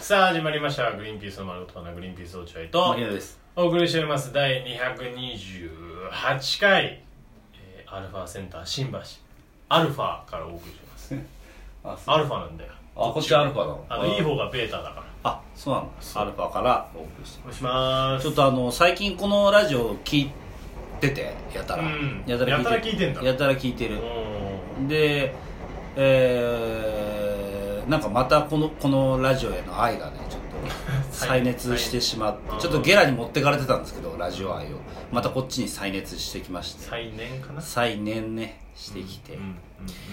さあ始まりました「グリーンピースの丸ごと花グリーンピース落合」と宮野ですお送りしております第228回、えーアルファセンター新橋アルファからお送りしてますあアルファなんだよあこっちアルファなのあのいい方がベータだからあそうなのアルファからお送りしてお願いしまますちょっとあの最近このラジオ聞いててやたら、うんてやたら聞いてんだやたら聞いてうるんでえー、なんかまたこのこのラジオへの愛がねちょっ と再再熱してしまって、はいちょっとゲラに持ってかれてたんですけどラジオ愛をまたこっちに再熱してきまして再燃かな再燃ねしてきて、うんうん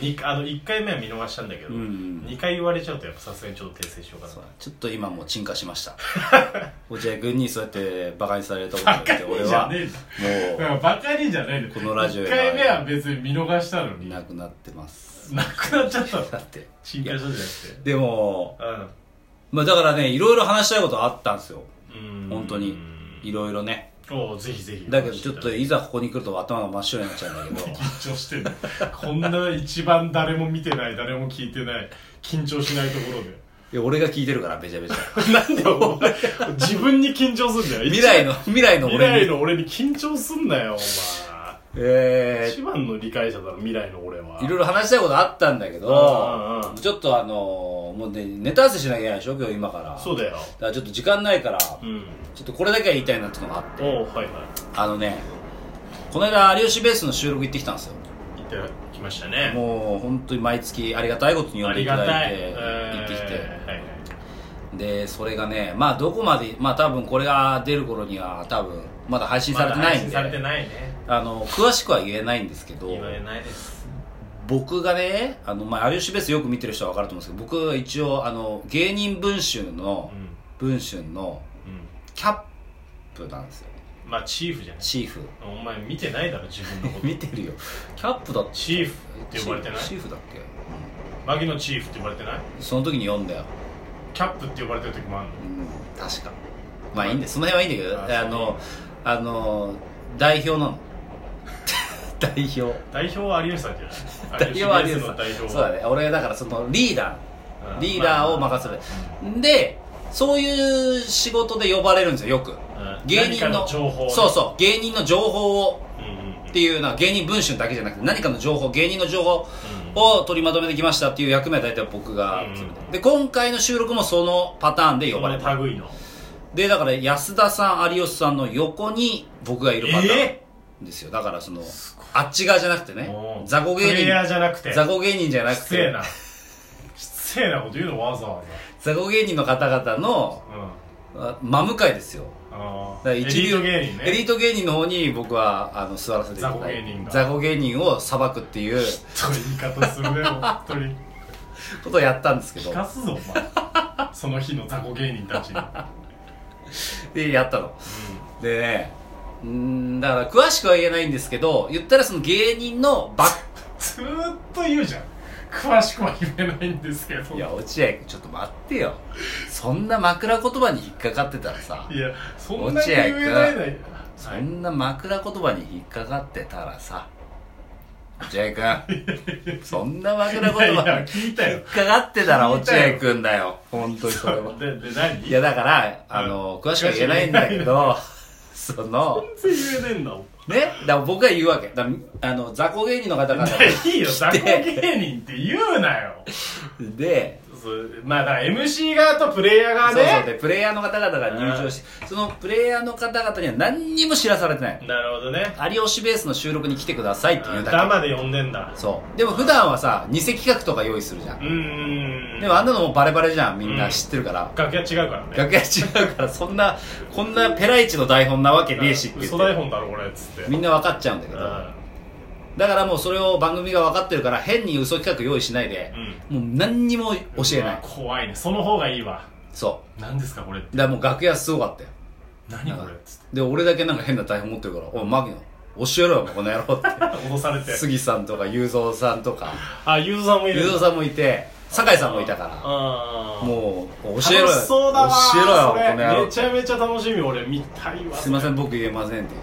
にあの1回目は見逃したんだけど、うん2回言われちゃうとやっぱさすがにちょっと訂正しようかなそうちょっと今もう沈下しました 落合君にそうやってバカにされたことによって俺じゃはねえんだもからバカにじゃないのこのラジオ1や回目は別に見逃したのうにいななくなってまくすなっちゃったのだって新い華や社じゃなくてでも、うんまあ、だからねいろいろ話したいことあったんですようん本当にいろいろねおうぜひぜひだけどちょっといざここに来ると頭が真っ白になっちゃうんだけ緊ど張してるこんな一番誰も見てない誰も聞いてない緊張しないところでいや俺が聞いてるからべちゃべちゃ なんでお前自分に緊張すんだよ未来の未来の未俺来にの俺に緊張すんなよお前え一番の理解者だろ未来の俺はー、いろいろ話したいことあったんだけうんうんうどんちょっとあのもうねネタ合わせしなきゃいけないでしょ今日今からそうだだよからちょっと時間ないからうんちょっとこれだけは言いたいなってのがあっておうはいはいあのねこの間有吉ベースの収録行ってきたんですよ行ってきましたねもう本当に毎月ありがたいことに呼あんでりいたがだたいいて行ってきえーはいはいてでそれがねまあどこまでまあ多分これが出る頃には多分まだ配信されてなまだいん配信で、されてないねあの詳しくは言えないんですけど言われないです僕がねあの、まあ、有吉ベースよく見てる人は分かると思うんですけど僕一応あの芸人文春のうん文春のうキャップなんですよんまあチーフじゃないチーフお前見てないだろ自分のこと 見てるよキャップだってチーフって呼ばれてないチーフだっけ、うんマギのチーフって呼ばれてないその時に読んだよ、キャップって呼ばれてる時もあるのうん、確かまあいいんだよその辺はいいんだけどああのあの代表なの 代表代表は有吉さんじゃない代表は有吉吉さのん代表そうだね俺がだからそのリーダうーんリーダーを任せる、でそういう仕事で呼ばれるんですよようくん芸人何かのの情報ねそうそう芸人の情報をうんうんうんっていうのは芸人文春だけじゃなくて何かの情報芸人の情報を取りまとめてきましたっていう役目は大体僕が、うんうんで今回の収録もそのパターンで呼ばれてるその類のでだから安田さん有吉さんの横に僕がいるパターえンですよだからそのあっち側じゃなくてねおう雑魚プレイヤー芸じゃなくて人雑魚芸人じゃなく失礼てな失礼なこと言うのわざわ雑魚芸人の方々のざうんあ真向かいですよあーだからエリ一流ート芸人エリねート芸人の方に僕はあの座らせていただい雑魚芸人てが雑魚芸人を裁くっ ていうそういう言い方するね本当にことをやったんですけ聞どかすぞお前その日の雑魚芸人た ちにでやったのでねうーんだから詳しくは言えないんですけど言ったらその芸人のバッずーっと言うじゃん詳しくは言えないんですけどいや落合君ちょっと待ってよそんな枕言葉に引っかかってたらさいやそんなに言えないないそんな枕言葉に引っかかってたらさ落合君そんな枕いや言いや葉聞いたに引よっかかってたら聞い落たよ合君だよ本当にそれはでで何 いやだからあの詳しくは言えないんだけどその全然言えねえんだもんねだから僕が言うわけだからあの雑魚芸人の方々いやいいよ雑魚芸人って言うなよでそうまあだから MC 側とプレイヤー側そうそうねでプレイヤーの方々が入場してそのプレイヤーの方々には何にも知らされてないなるほどね有吉ベースの収録に来てくださいっていうあだダマで呼んでんだけそうでも普段はさ偽企画とか用意するじゃうんんうんうんでもあんなのもうバレバレじゃんみんうなん知ってるから楽屋違うからね楽屋違うからそんなこんなペライチの台本なわけねえしって言嘘っ台て本だろこれっつってみんな分かっちゃうんだけうどんだからもうそれを番組が分かってるから変に嘘企画用意しないでもう何にも教えうなわい怖いねその方がいいわそ何ですかこれってうだからもう楽屋すごかったよ何これっつってで俺だけなんか変な台本持ってるから「おいマギノ教えろよお前この野郎」っ脅されてて杉さんとか雄三さんとかあユーザーもいる雄三さんもいて酒井さんもいたかららうもう教えろ楽よしそうだわー教えろよそれこの野郎めちゃめちゃ楽しみ俺見たいわすいませんん僕言えませんって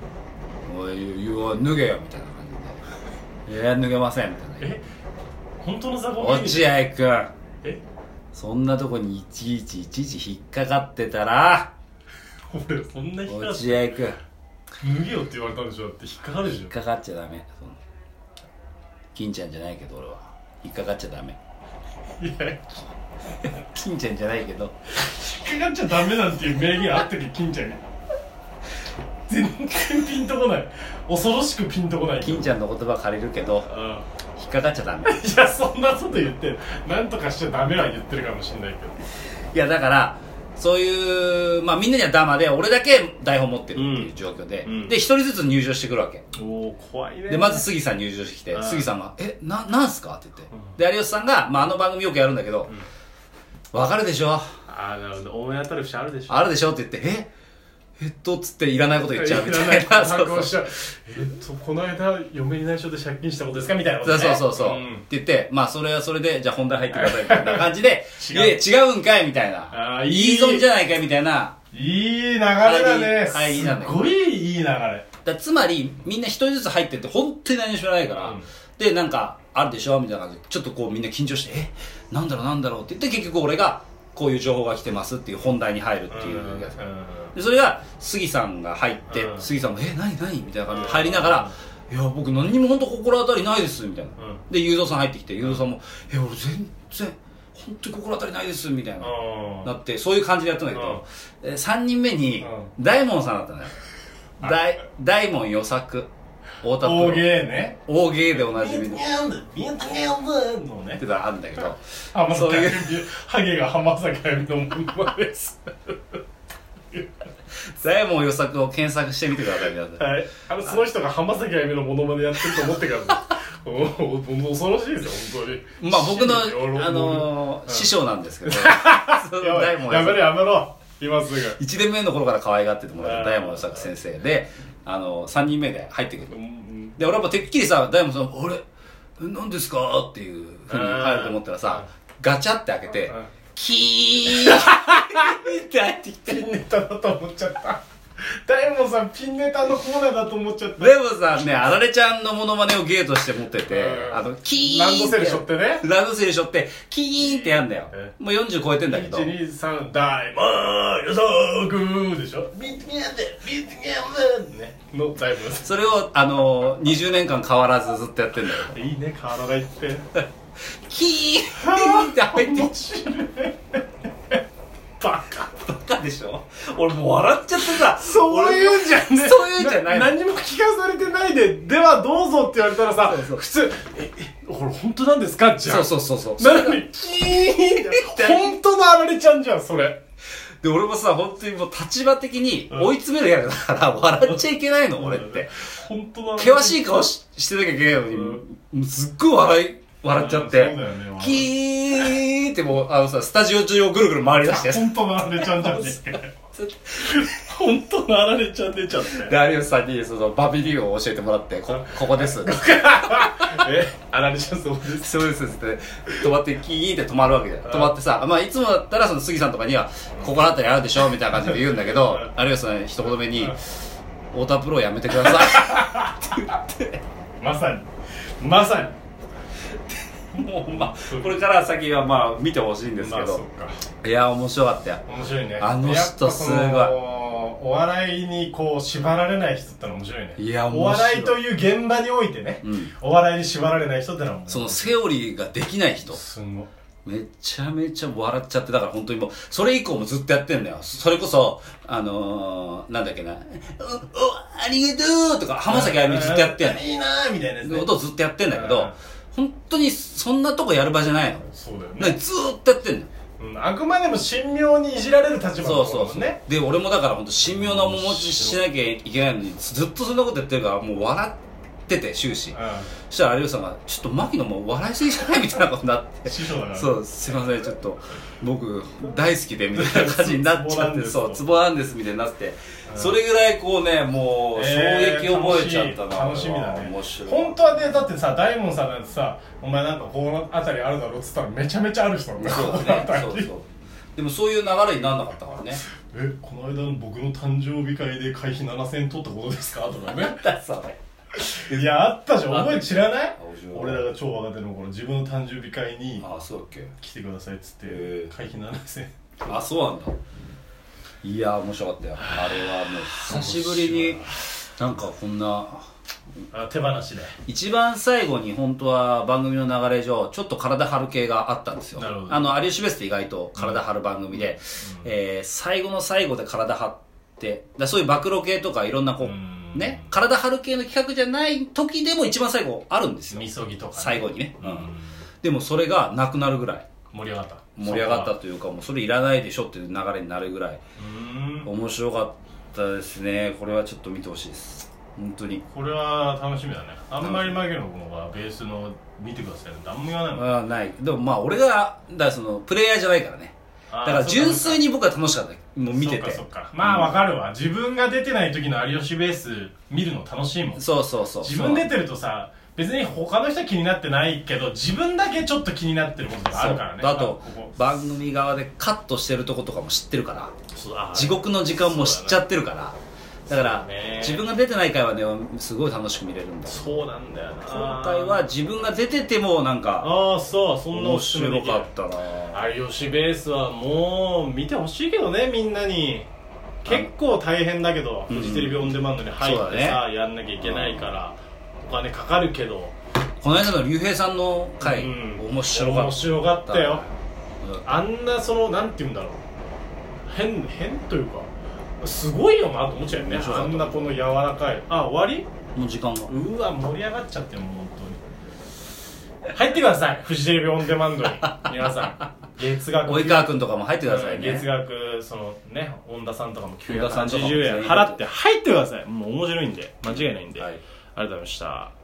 「おい言うわ脱げよ」みたいな感じで「いや脱げません」みたいなえ本当の雑魚落合君えそんなとこにいちいちいちいち引っかかってたら俺そんな引っかかっ落合君脱げよって言われたんでしょだって引っかかるでし引っょかかっちゃダメその金ちゃんじゃないけど俺は引っかかっちゃダメいや引っ金ちゃんじゃないけどかかっちゃダメなんていう名言あったっけ金ちゃんに全然ピンとこない恐ろしくピンとこない金ちちゃんの言葉借りるけどゃんうん引っかかっちゃダメいやそんなこと言ってなんとかしちゃダメは言ってるかもしれないけいやだからそういう、まあ、みんなにはダマで俺だけ台本持ってるっていう状況で、うんうんで一人ずつ入場してくるわけどおお怖いねでまず杉さん入場してきて、うん杉さんが「えななんすか?」って言って、うんで有吉さんが、まあ、あの番組よくやるんだけど「わ、かるでしょああなるほど思い当たる節あるでしょあるでしょ」って言って「ええっと」っつっていらないこと言っちゃうみたいらななそ反うそ抗うしそちゃうえっとこの間嫁に内緒で借金したことですかみたいなこと、うね、そうそうそう、んって言ってまあそれはそれでじゃあ本題入ってくださいみたいな感じで「 違ういや違うんかい」みたいあなー「いいいい損じゃないか」みたいないい流れだね入り入りなんだすけどごいいい流れだつまりみんな一人ずつ入ってって本当に何も知らないから、うんでなんかあるでしょみたいな感じでちょっとこうみんな緊張してえなんだろうなんだろうって言って結局俺がこういう情報が来てますっていう本題に入るっていうやつ、でそれが杉さんが入って、うん杉さんが「え何何?」みたいな感じで入りながら「いや僕何にも本当心当たりないです」みたいな、うで雄三さん入ってきて雄三さんも「え俺全然本当に心当たりないです」みたいな、うんなってそういう感じでやったんだけど、え3人目にう大門さんだったのよ大大門与作太田プロ大芸ね大芸でおなじみのってビンタゲームのね言ったらあるんだけど浜そ崎ういうあゆみハゲが浜崎あゆみのままです大門与作を検索してみてください 皆さんはいあのその人が浜崎あゆみのモノマネやってると思ってからおおお恐ろしいですよ本当にまあ僕の、真にあのーうん師匠なんですけどそ のやばい大や門めろ与作やめろ今すぐ1年目の頃から可愛がっててもらったあー大門与作先生で、あのー、3人目で入ってくるうんうんで俺はもうてっきりさ大門さん「あれ何ですか?」っていうふうに入ると思ったらさガチャって開けてうん「キー」って入ってきてピンネタだと思っちゃった大門さんピンネタのコーナーだと思っちゃったでもさねあられちゃんのモノマネを芸として持っててうんあのキーンランドセルしょってねランドセルしょってキーンってやんだよもう40超えてんだけど123大門予測でしょビッグやでビッグやでねの大門さそれをあのー20年間変わらずずっとやってんだよんいいね変わらないってキーンって入ってき面白いバカたでしょ俺もう笑っちゃってさそういうんじゃねえそういうんじゃないの何も聞かされてないでではどうぞって言われたらさそうそう普通ええ俺本当なんですかじゃんそうそうそうそうなのに、キーン って本当のあられちゃんじゃん、それ。で、俺もさ、本当にもう立場的に追い詰めるやつだから、 笑っちゃいけないの、俺って。。本当の険しい顔ししてなきゃいけないのに、もうすっごい笑い、笑っちゃっうんそうだてよね。キーってもう、あのさ、スタジオ中をぐるぐる回り出して、 本当のあられちゃんじゃんね。本当のあられちゃ ん出ちゃって。で、有吉さんに、その、バビリオンを教えてもらって、こ、ここです。え、あられちゃんそうです。そうですって言って、止まって、キーって止まるわけだよ。止まってさ、まあ、いつもだったら、その、杉さんとかには、ここのあたりあるでしょみたいな感じで言うんだけど、有吉さん一言目に、太田プロやめてください。まさに。まさに。もうまあこれから先はまあ見てほしいんですまけあ、そど、っか。いや面白かったよ面白いね。あの人やっぱそのすごいお笑いにこう縛られない人ってのは面白いね。いや面白いお笑いという現場においてね、うんお笑いに縛られない人ってのは面白そいのセオリーができない人すごい。めちゃめちゃ笑っちゃってだから本当にもうそれ以降もずっとやってんだよそれこそあのー、なんだっけな「おおありがとう」とか浜崎あゆみずっとやってんいいなーみたいなやつのねことをずっとやってんだけうどん本当にそんなとこやる場じゃないのそうだよなね、ずーっとやってんのうん、あくまでも神妙にいじられる立場そのうそう方そだう、もんねで俺もだから本当神妙な面持ちしなきゃいけないのにずっとそんなことやってるからもう笑ってて終始そしたら有吉さんが「ちょっと牧野もう笑いすぎじゃない?」みたいなことになっうて ん、師匠だからそうすいませんちょっと僕大好きでみたいな感じになっちゃ ってツボなんそうですツボなんですみたいになってうんそれぐらいこうねもう衝えー撃を覚えちゃったな楽しい楽しみだね面白い本当はねだってさ大門さんなんてさお前なんかこの辺りあるだろうっつったらめちゃめちゃある人なんだそうこのだね辺りそうそうでもそういう流れにならなかったからね えこの間の僕の誕生日会で会費7000円取ったことですかとかねだそれいやあったじゃんあ覚え知らないあ面白い俺らが超若手の頃自分の誕生日会にああそうだっけ来てくださいっつって、へえ会費7000円あそうなんだいや面白かったよあれはもう久しぶりになんかこんなあ手放しで一番最後に本当は番組の流れ上ちょっと体張る系があったんですよなるほどあの有吉ベースって意外と体張る番組で、えー最後の最後で体張ってだそういう暴露系とかいろんなこう、うんね体張る系の企画じゃない時でも一番最後あるんですよみそぎとか、最後にね、うん、でもそれがなくなるぐらい盛り上がった盛り上がったうというかもうそれいらないでしょっていう流れになるぐらいーん面白かったですねこれはちょっと見てほしいです本当にこれは楽しみだねあんまりマギの子がベースの見てくださいなんてあんま言わないもんあーないでもまあ俺がだからそのプレイヤーじゃないからねあだーからそっ純粋に僕は楽しかったもう見てそてっかそっかまあわかるわ自分が出てない時の有吉ベース見るの楽しいもんそうそうそう自分出てるとさ別に他の人は気になってないけど自分だけちょっと気になってることがあるからねそうあことこ番組側でカットしてるとことかも知ってるからそうあー地獄の時間も知っちゃってるからだからそうね自分が出てない回はねすごい楽しく見れるんだそうなんだよな今回は自分が出ててもなんかああそうそんな面おすすめで白きるかったな有吉ベースはもう見てほしいけどねみんなに結構大変だけどうんフジテレビオンデマンドに入そうっだてねさ、やんなきゃいけないからお金かかるけど、この間の竜兵さんの回、うん面白かった面白かったようんあんなそのなんて言うんだろう変変というかすごいよなと思っちゃうよね面白かあったんなこの柔らかいあ終わもう時間がりうわ盛り上がっちゃってるもう本当に入ってくださいフジテレビオンデマ ンドに皆さん月額及川君とかも入ってくださいね、月額そのね恩田さんとかも田さんとかも980円払って入ってくださいもう面白いんで間違いないんで、はいありがとうございました